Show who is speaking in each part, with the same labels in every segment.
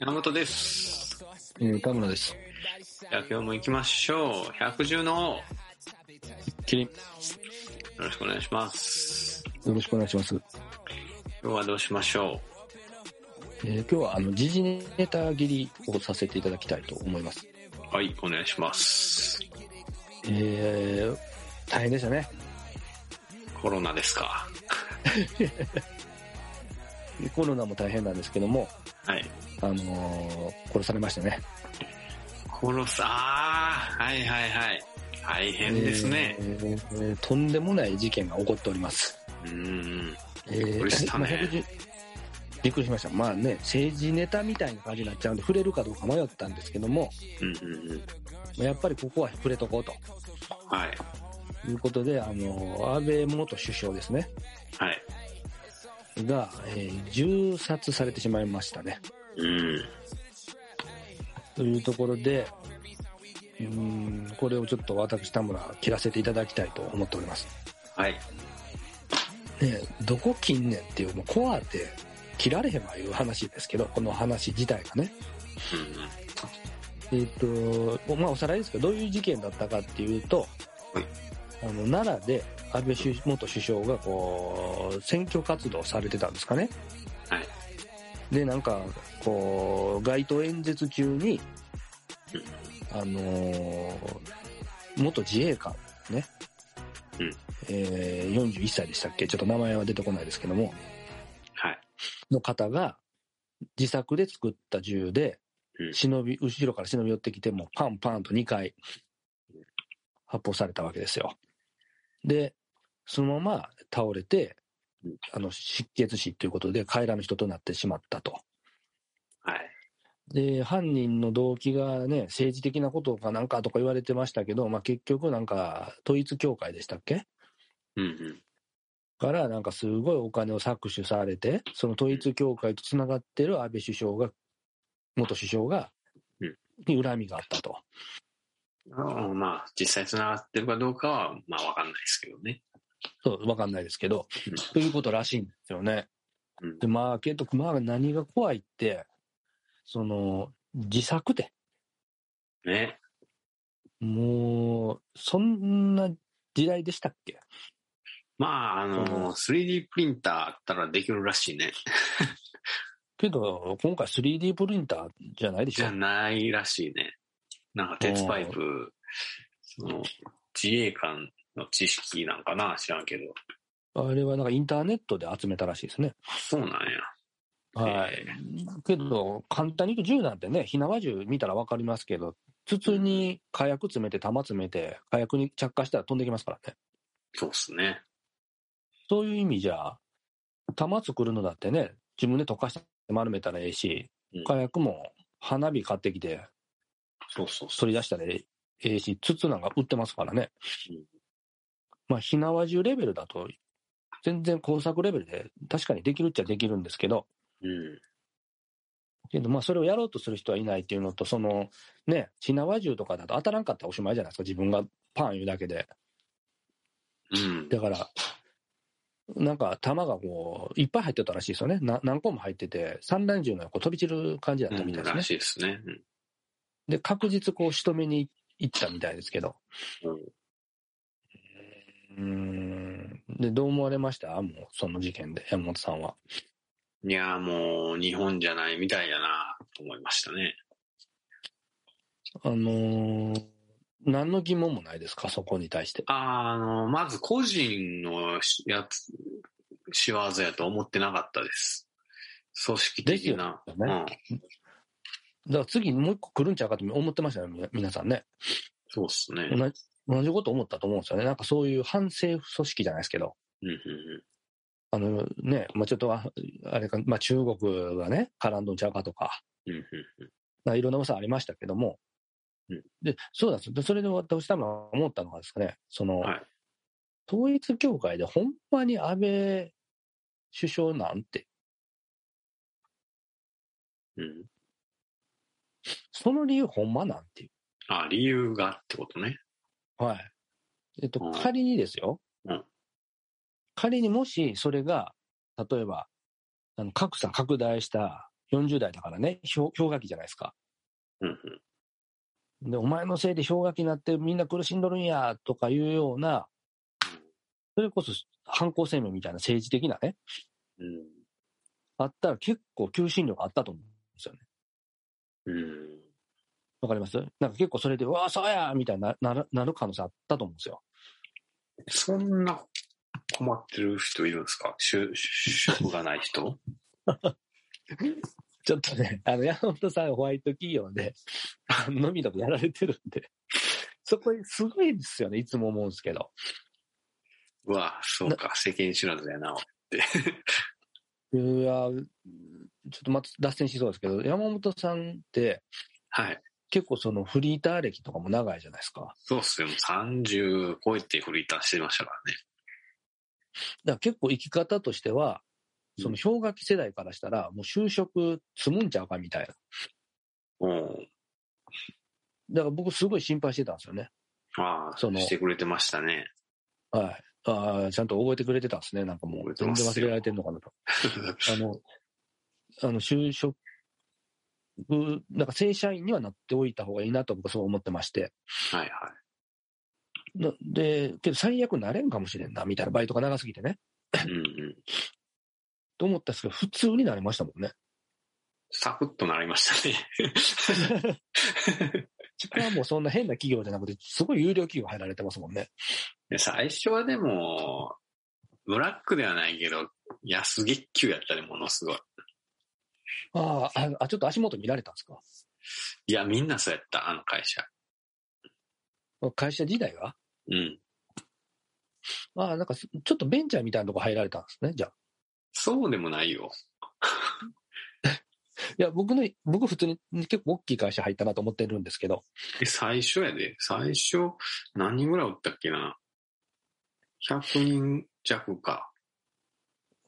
Speaker 1: 山本です。
Speaker 2: えー、田村です。
Speaker 1: じゃあ今日も行きましょう。110の
Speaker 2: キリン、
Speaker 1: 王よろしくお願いします。
Speaker 2: よろしくお願いします。
Speaker 1: 今日はどうしましょ
Speaker 2: えー今日は、あの、時事ネタ切りをさせていただきたいと思います。
Speaker 1: う。はい、お願いします。
Speaker 2: えー、大変でしたね。
Speaker 1: コロナですか。
Speaker 2: コロナも大変なんですけども、
Speaker 1: はい。
Speaker 2: あのー殺されましたね。
Speaker 1: 殺す、あー、はいはいはい。大変ですね
Speaker 2: え。ーえーとんでもない事件が起こっております。
Speaker 1: うーん。
Speaker 2: えー
Speaker 1: びっくりしたね
Speaker 2: まあ110びっくりしました。まあね、政治ネタみたいな感じになっちゃうんで、触れるかどうか迷ったんですけども、
Speaker 1: うんうんうん。
Speaker 2: まあやっぱりここは触れとこうと
Speaker 1: はい。
Speaker 2: いうことで、あのー安倍元首相ですね。
Speaker 1: はい。
Speaker 2: が、えー銃殺されてしまいましたね。
Speaker 1: うん。
Speaker 2: というところで、うーん、これをちょっと私田村切らせていただきたいと思っております。
Speaker 1: はい。
Speaker 2: ねえどこ近年っていう、もうコアって切られへんわいう話ですけど、この話自体がね。えっ、と、まあおさらいですけど、どういう事件だったかっていうと、
Speaker 1: はい
Speaker 2: あの、奈良で安倍首元首相がこう、選挙活動されてたんですかね。
Speaker 1: は
Speaker 2: で、なんか、こう、街頭演説中に、
Speaker 1: うん
Speaker 2: あのー元自衛官ね、
Speaker 1: うん
Speaker 2: えー41歳でしたっけちょっと名前は出てこないですけども、
Speaker 1: はい。
Speaker 2: の方が、自作で作った銃で
Speaker 1: う、ん
Speaker 2: 忍び、後ろから忍び寄ってきて、もうパンパンと2回、発砲されたわけですよ。で、そのまま倒れて
Speaker 1: うん、
Speaker 2: あの、失血死ということで、帰らぬ人となってしまったと。
Speaker 1: はい。
Speaker 2: で、犯人の動機がね、政治的なことかなんかとか言われてましたけど、まあ結局なんか、統一教会でしたっけ
Speaker 1: うんうん。
Speaker 2: からなんかすごいお金を搾取されて、その統一教会とつながってる安倍首相が、元首相が
Speaker 1: うん、
Speaker 2: に恨みがあったと。
Speaker 1: あーまあ、実際繋がってるかどうかは、まあ、わかんないですけどね。
Speaker 2: そう、わかんないですけど
Speaker 1: うん、
Speaker 2: ということらしいんですよね
Speaker 1: うん。
Speaker 2: で、まあ、けど、まあ、何が怖いって、その、自作で、
Speaker 1: ね。
Speaker 2: もう、そんな時代でしたっけ
Speaker 1: まあ、あの、3D プリンターあったらできるらしいね。
Speaker 2: けど、今回 3D プリンターじゃないでし
Speaker 1: じ
Speaker 2: ょ
Speaker 1: ゃ。ないらしいね。なんか鉄パイプ、その自衛官の知識なんかな知らんけど。
Speaker 2: あれはなんかインターネットで集めたらしいですね。
Speaker 1: そうなんや。
Speaker 2: はい。けど、簡単に言うと銃なんてね、火縄銃見たらわかりますけど、筒に火薬詰めて、弾詰めて、火薬に着火したら飛んできますからね。
Speaker 1: そうっすね。
Speaker 2: そういう意味じゃ、弾作るのだってね、自分で溶かして丸めたらええし
Speaker 1: うん、
Speaker 2: 火薬も花火買ってきて
Speaker 1: そうそうそう。
Speaker 2: 取り出したらええし、筒なんか売ってますからね
Speaker 1: うん。
Speaker 2: まあ、火縄銃レベルだと、全然工作レベルで確かにできるっちゃできるんですけど、
Speaker 1: うん。
Speaker 2: けど、まあ、それをやろうとする人はいないっていうのと、その、ね、火縄銃とかだと当たらんかったらおしまいじゃないですか、自分がパン言うだけで。
Speaker 1: うん。
Speaker 2: だから、なんか、弾がこう、いっぱい入ってたらしいですよね。な何個も入ってて、散弾銃のようにこう飛び散る感じだったみたいです
Speaker 1: ら
Speaker 2: ね。
Speaker 1: しいですね。うん
Speaker 2: で、確実こう、仕留めに行ったみたいですけど。
Speaker 1: うん
Speaker 2: うーん。で、どう思われましたもう、その事件で、山本さんは。
Speaker 1: いやー、もう日本じゃないみたいやなと思いましたね。
Speaker 2: あのー何の疑問もないですか、そこに対して。
Speaker 1: あーあの、まず個人のやつ、仕業やと思ってなかったです。組織
Speaker 2: です
Speaker 1: 的
Speaker 2: よ
Speaker 1: な。
Speaker 2: ね。
Speaker 1: うん。
Speaker 2: だから次もう一個来るんちゃうかと思ってましたよね、みな皆さんね。
Speaker 1: そうっすね。
Speaker 2: 同じ、同じこと思ったと思うんですよね。なんかそういう反政府組織じゃないですけど。
Speaker 1: うんうん
Speaker 2: あのね、まあ、ちょっとあ、あれか、まあ、中国がね、絡んどんちゃうかとか、
Speaker 1: うん。うんうん
Speaker 2: なんかいろんな噂ありましたけども。
Speaker 1: うん
Speaker 2: で、そうなんですよで。それで私多分思ったのがですね、その、
Speaker 1: はい
Speaker 2: 統一教会でほんまに安倍首相なんて、
Speaker 1: うん。うん。
Speaker 2: その理由ほんまなんてい
Speaker 1: あ、理由がってことね。
Speaker 2: う。はい。えっと
Speaker 1: うん、
Speaker 2: 仮にですよ。
Speaker 1: うん
Speaker 2: 仮にもしそれが、例えば、あの格差拡大した40代だからね、氷氷河期じゃないですか。
Speaker 1: うんうん。
Speaker 2: で、お前のせいで氷河期になってみんな苦しんどるんや、とかいうような、それこそ犯行声明みたいな政治的なね、
Speaker 1: うん。
Speaker 2: あったら結構求心力あったと思うんですよね。
Speaker 1: うん。
Speaker 2: わかりますなんか結構それで、うわあ、そうやみたいにななるなる可能性あったと思うんですよ。
Speaker 1: そんな困ってる人いるんですかしゅ職がない 人
Speaker 2: ちょっとね、 あの、山本さんホワイト企業で、 あの飲みとかやられてるんで、 そこにすごいですよね、いつも思うんですけど。
Speaker 1: うわ、そうか、世間知らずやな。
Speaker 2: いやー、ちょっとまた脱線しそうですけど、山本さんって
Speaker 1: はい。
Speaker 2: 結構そのフリーター歴とかも長いじゃないですか。だか
Speaker 1: そうっすよ。もう30超えてフリーターしてましたからね。
Speaker 2: ら結構生き方としては、その氷河期世代からしたら、もう就職積むんちゃうかみたいな。
Speaker 1: うん。
Speaker 2: だから僕すごい心配してたんですよね。
Speaker 1: ああ、
Speaker 2: その
Speaker 1: してくれてましたね。
Speaker 2: はい。ああ、ちゃんと覚えてくれてたんですね。なんかも
Speaker 1: 覚
Speaker 2: う
Speaker 1: えて
Speaker 2: 全
Speaker 1: ます
Speaker 2: 然
Speaker 1: よ
Speaker 2: 忘れられてるの かなと。あの、あの、就職、なんか正社員にはなっておいた方がいいなと僕はそう思ってまして。
Speaker 1: はいはい。
Speaker 2: なで、けど最悪なれんかもしれんな、みたいなバイトが長すぎてね。
Speaker 1: うんうん。
Speaker 2: と思ったんですけど、普通になりましたもんね。
Speaker 1: サクッとなりましたね。
Speaker 2: そこはもうそんな変な企業じゃなくて、すごい有料企業入られてますもんね。
Speaker 1: で最初はでも、ブラックではないけど、安月給やったね、ものすごい。
Speaker 2: あああ、あちょっと足元見られたんですか
Speaker 1: いや、みんなそうやった、あの会社。
Speaker 2: 会社時代は
Speaker 1: うん。
Speaker 2: ああ、なんかすちょっとベンチャーみたいなとこ入られたんですね、じゃあ。
Speaker 1: そうでもないよ。
Speaker 2: いや、僕の、僕普通に結構大きい会社入ったなと思ってるんですけど、
Speaker 1: え、最初やで。最初、何人ぐらいおったっけな。100人弱か。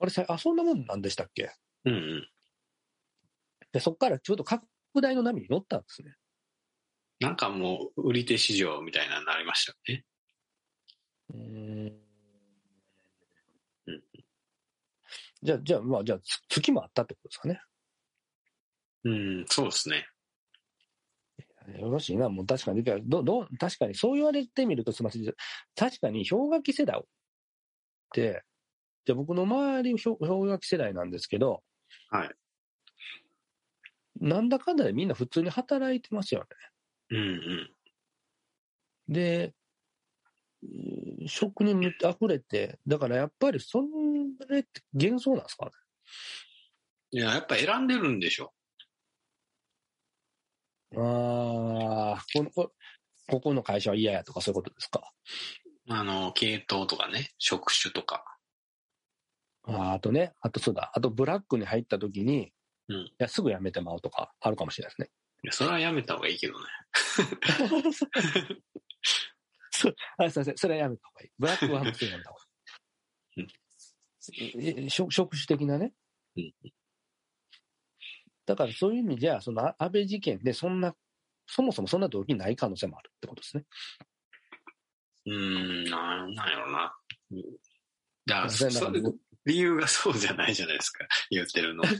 Speaker 2: あれさ、あ、そんなもんなんでしたっけ
Speaker 1: うんうん。
Speaker 2: で、そこからちょうど拡大の波に乗ったんですね。
Speaker 1: なんかもう、売り手市場みたいなのになりましたよね。
Speaker 2: うん
Speaker 1: うん。
Speaker 2: じゃあ、じゃあ、まあ、じゃあ、つ月もあったってことですかね。
Speaker 1: うん、そうですね。
Speaker 2: よろしいな、もう確かに。どどう確かに、そう言われてみるとすみません。確かに、氷河期世代って、じゃあ僕の周り、氷氷河期世代なんですけど、
Speaker 1: はい。
Speaker 2: なんだかんだでみんな普通に働いてますよね。
Speaker 1: うんうん。
Speaker 2: で、うん食にむ溢れて、だからやっぱりそれって幻想なんですかね。
Speaker 1: いや、やっぱ選んでるんでしょ。
Speaker 2: ああ、このこここの会社は嫌やとかそういうことですか。
Speaker 1: あの、系統とかね、職種とか。
Speaker 2: あーあとね、あとそうだ、あとブラックに入った時に、
Speaker 1: うん
Speaker 2: いやすぐ辞めてまうとかあるかもしれないで
Speaker 1: いや、それはやめた方がいいけどね。
Speaker 2: すね。そうあすいません、それはやめた方がいい。ブラックはもうすぐやめた方がいい。え職職種的なね。
Speaker 1: うん
Speaker 2: だからそういう意味じゃ、そのあ安倍事件でそんな、そもそもそんな動機ない可能性もあるってこ とですね。
Speaker 1: うーん、なんなんやろな。うんだから、
Speaker 2: す
Speaker 1: そ
Speaker 2: いません
Speaker 1: そ
Speaker 2: なんか僕
Speaker 1: 理由がそうじゃないじゃないですか、言ってるの。は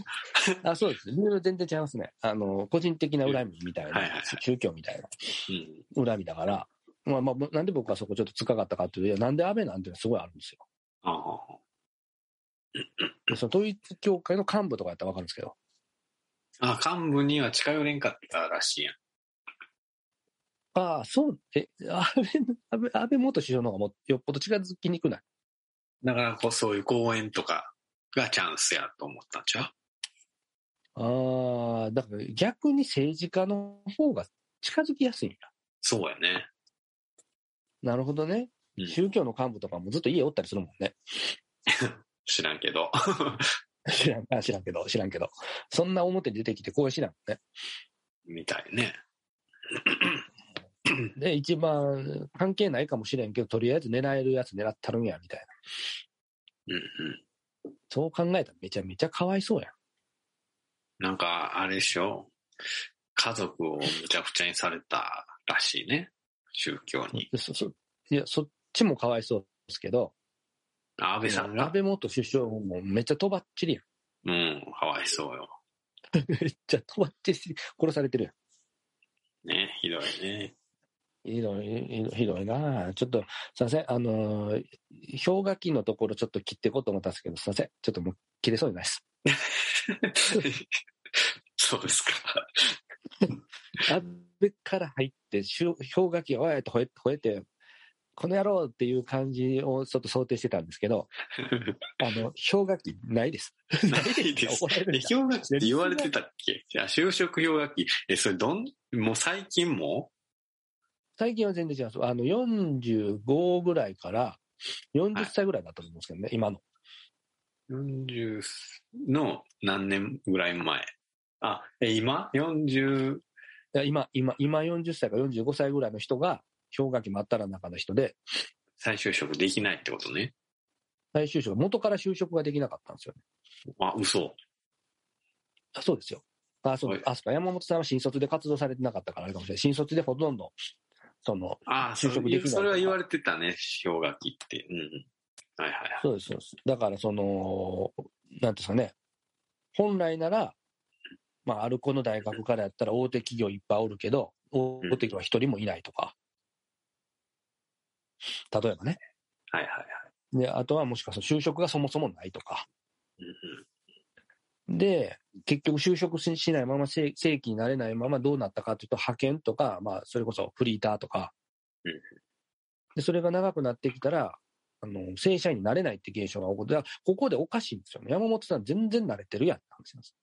Speaker 2: あそうです。理由全然違いますね。あの、個人的な恨みみたいな、
Speaker 1: はいはいはい
Speaker 2: 宗教みたい
Speaker 1: い。
Speaker 2: な恨みだから、まあまあ、なんで僕はそこちょっとつかかったかっていうと、いやなんで安倍なんていうのはすごいあるんですよ。
Speaker 1: ああ
Speaker 2: でその統一教会の幹部とかやったらわかるんですけど、
Speaker 1: あ、幹部には近寄れんかったらしいやん。
Speaker 2: ああ、そう、え、 安倍の、安倍、安倍元首相の方がもうよっぽど近づきにくない。
Speaker 1: だからこう、そういう講演とかがチャンスやと思ったんちゃ
Speaker 2: ああ、だから逆に政治家の方が近づきやすいんや。
Speaker 1: そうやね。
Speaker 2: なるほどね
Speaker 1: う。ん
Speaker 2: 宗教の幹部とかもずっと家おったりするもんね。
Speaker 1: 知らんけど。
Speaker 2: 知らん、あ知らんけど、知らんけど。そんな表に出てきて公演しないもんね。
Speaker 1: みたいね。
Speaker 2: で、一番関係ないかもしれんけど、とりあえず狙えるやつ狙ったるんや、みたいな。
Speaker 1: うんうん。
Speaker 2: そう考えたらめちゃめちゃかわいそうやん。
Speaker 1: なんか、あれでしょ。家族をむちゃくちゃにされたらしいね。宗教に。
Speaker 2: でそそいや、そっちもかわいそうですけど、
Speaker 1: あ安倍さん
Speaker 2: 安
Speaker 1: が
Speaker 2: 倍元首相もめっちゃとばっちりやん。
Speaker 1: うん、かわいそうよ。
Speaker 2: めっちゃ止まってし 殺されてる。
Speaker 1: ね、ひどいね。
Speaker 2: ひどい、ひどいひどいなちょっと、すいません。あのー氷河期のところちょっと切っていこうと思ったんですけど、すいません。ちょっともう切れそうにないです。
Speaker 1: そうですか。
Speaker 2: あれから入って、しゅ氷河期、おいと吠え吠えて、この野郎っていう感じをちょっと想定してたんですけど、あの、氷河期ないです。
Speaker 1: ないです。
Speaker 2: 怒られる
Speaker 1: え、氷河期って言われてたっけじゃあ、就職氷河期。え、それどん、もう最近も
Speaker 2: 最近は全然違います。あの、45ぐらいから40歳ぐらいだったと思うんですけどね、今の。
Speaker 1: 40の何年ぐらい前。あ、え、今 ?40、
Speaker 2: いや今、今、今40歳から45歳ぐらいの人が、氷河期真っ只中の人で、
Speaker 1: 再就職できないってことね。
Speaker 2: 再就職、元から就職ができなかったんですよね。
Speaker 1: あ、嘘。
Speaker 2: あそうですよ。あ、そう
Speaker 1: はい
Speaker 2: あ、そうか、山本さんは新卒で活動されてなかったからあれかもしれない。新卒でほとんど、その、
Speaker 1: あ、
Speaker 2: 就
Speaker 1: 就
Speaker 2: 職
Speaker 1: 職
Speaker 2: で
Speaker 1: で
Speaker 2: きない
Speaker 1: それは言われてたね、氷河期って。うんうん。はいはいはい。
Speaker 2: そうです、そうです。だから、その、なんていうんですかね、本来なら、まあ、あるこの大学からやったら大手企業いっぱいおるけど、大手企業は一人もいないとか。例えばね。
Speaker 1: はいはいはい。
Speaker 2: で、あとはもしかすると就職がそもそもないとか。
Speaker 1: うんうん
Speaker 2: で、結局就職ししないまま正正規になれないままどうなったかというと派遣とか、まあ、それこそフリーターとか
Speaker 1: うん。
Speaker 2: で、それが長くなってきたら、あの、正社員になれないって現象が起こって、だからここでおかしいんですよね。山本さん全然慣れてるやんって話なんです。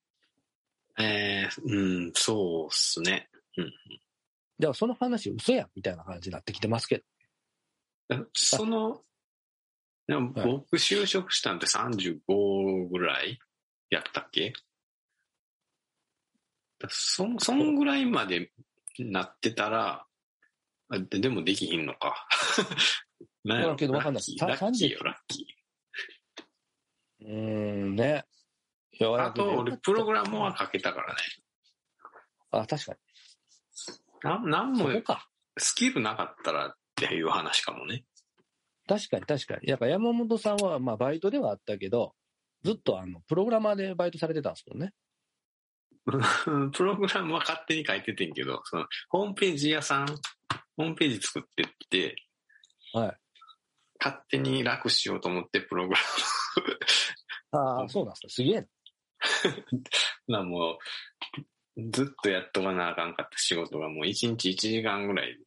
Speaker 1: えー、うん、そうっすね。
Speaker 2: だからその話嘘やんみたいな感じになってきてますけど。
Speaker 1: その、でも
Speaker 2: はい
Speaker 1: 僕就職したんって35ぐらいやったっけだそん、そんぐらいまでなってたら、あででもできひんのか。 な
Speaker 2: わからんけどわかんな
Speaker 1: ラッ
Speaker 2: い
Speaker 1: キ
Speaker 2: さ
Speaker 1: ーラッキーよ、
Speaker 2: 30
Speaker 1: ラッキ
Speaker 2: うーん、ね。いや
Speaker 1: ー。あと、俺、プログラムはかけたからね。
Speaker 2: あ、確か
Speaker 1: ななん
Speaker 2: に。そ
Speaker 1: も
Speaker 2: こか。
Speaker 1: スキルなかったらっていう話かもね。
Speaker 2: 確かに確かに。やっぱ山本さんは、まあ、バイトではあったけど、ずっとあの、プログラマーでバイトされてたんですもんね。
Speaker 1: プログラムは勝手に書いててんけど、その、ホームページ屋さん、ホームページ作ってって、
Speaker 2: はい。
Speaker 1: 勝手に楽しようと思ってプログラ
Speaker 2: あ
Speaker 1: う
Speaker 2: あ、
Speaker 1: ん
Speaker 2: そうなんですよ。すげえ
Speaker 1: ム
Speaker 2: な。
Speaker 1: なもう、ずっとやっとかなあかんかった仕事がもう1日1時間ぐらいで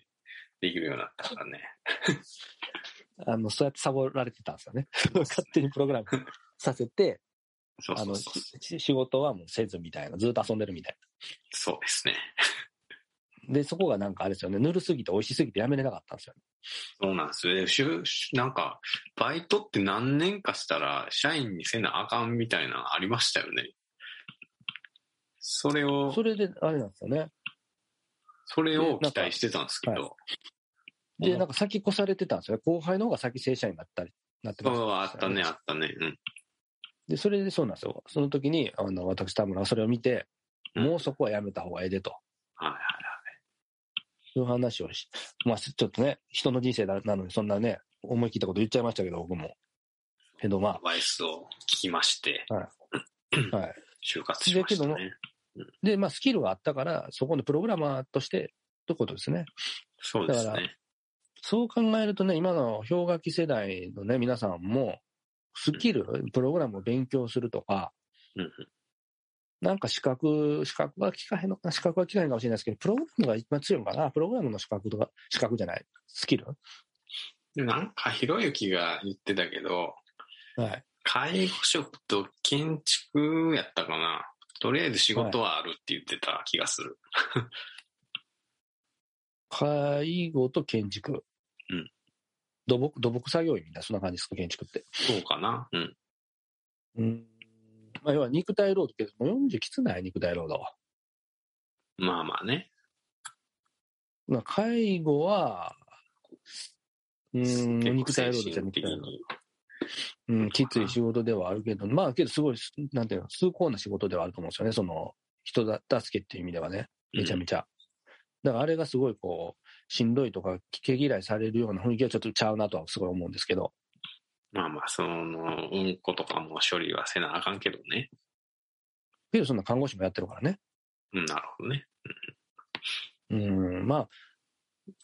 Speaker 1: できるようになったからね。
Speaker 2: あの、そうやってサボられてたんですよね。 勝手にプログラムさせて、
Speaker 1: そう
Speaker 2: あ
Speaker 1: そ
Speaker 2: の、
Speaker 1: うそう。
Speaker 2: し仕事はもうせずみたいな、ずっと遊んでるみたい
Speaker 1: そうですね。
Speaker 2: な。で、そこがなんかあれですよね、ぬるすぎて美味しすぎてやめれなかったんですよね。
Speaker 1: そうなんですよでしゅ。しなんか、バイトって何年かしたら社員にせなあかんみたいなのありましたよね。それを、
Speaker 2: それで、あれなんですよね。
Speaker 1: それを期待してたんですけ
Speaker 2: で
Speaker 1: ど。
Speaker 2: で、なんか先越されてたんですよね。後輩の方が先正社員になったり、なって
Speaker 1: そ
Speaker 2: ました、
Speaker 1: うあったね、あったね。うん。
Speaker 2: で、それでそうなんですよ。その時に、あの、私、田村はそれを見て、
Speaker 1: うん
Speaker 2: もうそこはやめた方がええでと。
Speaker 1: はいはい
Speaker 2: そういう話をし、まあ、ちょっとね、人の人生だなのに、そんなね、思い切ったこと言っちゃいましたけど、僕も。けど、
Speaker 1: ア
Speaker 2: ま
Speaker 1: ドバイスを聞きまして、
Speaker 2: あ、はい。
Speaker 1: 就活しました
Speaker 2: だけ
Speaker 1: ね。
Speaker 2: で、まあ、スキルがあったから、そこのプログラマーとして、ということですね。
Speaker 1: そうです
Speaker 2: だから
Speaker 1: ね。
Speaker 2: そう考えるとね、今の氷河期世代のね、皆さんも、スキル、プログラムを勉強するとか、
Speaker 1: うんうん
Speaker 2: なんか資格、資格は効かへんのかな、資格は効かへんかもしれないですけど、プログラムが一番強いのかな、プログラムの資格とか、資格じゃない、スキル
Speaker 1: でなんか、ひろゆきが言ってたけど、
Speaker 2: はい。
Speaker 1: 介護職と建築やったかな。とりあえず仕事はあるって言ってた気がする。
Speaker 2: 介護と建築。
Speaker 1: うん
Speaker 2: 土木、土木作業員みたいな、そんな感じですか、建築って。
Speaker 1: そうかな。うん。
Speaker 2: うん。まあ、要は肉体労働って、もう40きつない肉体労働。
Speaker 1: まあまあね。
Speaker 2: まあ、介護は、うーん、肉体労働じゃ
Speaker 1: 精神
Speaker 2: 肉
Speaker 1: 的
Speaker 2: 体労働。
Speaker 1: に。
Speaker 2: うん、きつい仕事ではあるけど、まあ、けどすごい、なんていうの、崇高な仕事ではあると思うんですよね、その、人だ助けっていう意味ではね、めちゃめちゃ。だからあれがすごいこう、しんどいとか、毛嫌いされるような雰囲気はちょっとちゃうなとはすごい思うんですけど、
Speaker 1: まあまあ、その、うんことかも処理はせなあかんけどね。
Speaker 2: けどそんな看護師もやってるからね。
Speaker 1: うん、なるほどね。
Speaker 2: うん、まあ、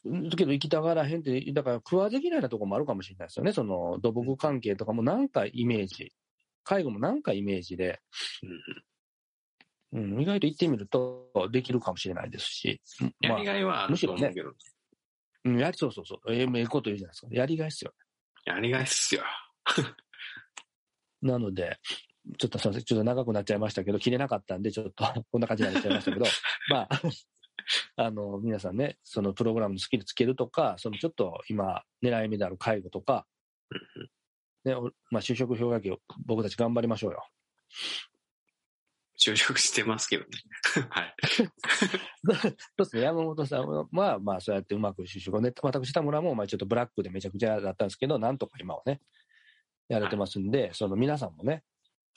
Speaker 2: だけど行きたがらへんって、だから食わず嫌いなところもあるかもしれないですよね、その土木関係とかもなんかイメージ、介護もなんかイメージで、
Speaker 1: うんうん
Speaker 2: うん、意外と行ってみるとできるかもしれないですし、
Speaker 1: やりがいはあると思うけど、
Speaker 2: うん、やりそうそうそう、えええこと言うじゃないですか、やりがいっすよ。
Speaker 1: やりがいっすよ。
Speaker 2: なので、ちょっとすみません、ちょっと長くなっちゃいましたけど、切れなかったんで、ちょっと こんな感じになっちゃいましたけど、 まあ、あの、皆さんね、そのプログラムのスキルつけるとか、そのちょっと今、狙い目である介護とか、ね、おまあ、就職氷河期を僕たち頑張りましょうよ。
Speaker 1: 就職してますけどね。 はい。
Speaker 2: そうですね、山本さんは、まあまあ、そうやってうまく就職をね、私、田村も、まあ、ちょっとブラックでめちゃくちゃだったんですけど、なんとか今はね、やれてますんで、その皆さんもね、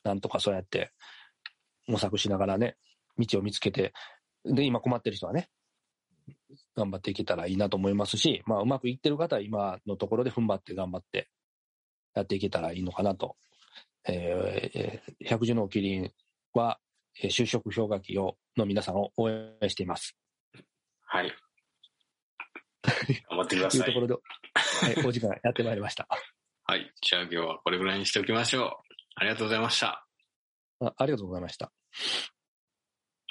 Speaker 2: なんとかそうやって模索しながらね、道を見つけて、で、今困ってる人はね、頑張っていけたらいいなと思いますし、まあ、うまくいってる方は今のところで踏ん張って頑張ってやっていけたらいいのかなと。えーえー百獣の麒麟は、えー就職氷河期をの皆さんを応援しています。
Speaker 1: はい。頑張ってくだ
Speaker 2: という
Speaker 1: さ
Speaker 2: とこ
Speaker 1: い。
Speaker 2: ろで、はいお時間やってまいりました。
Speaker 1: はい。じゃあ今日はこれぐらいにしておきましょう。ありがとうございました。
Speaker 2: あありがとうございました。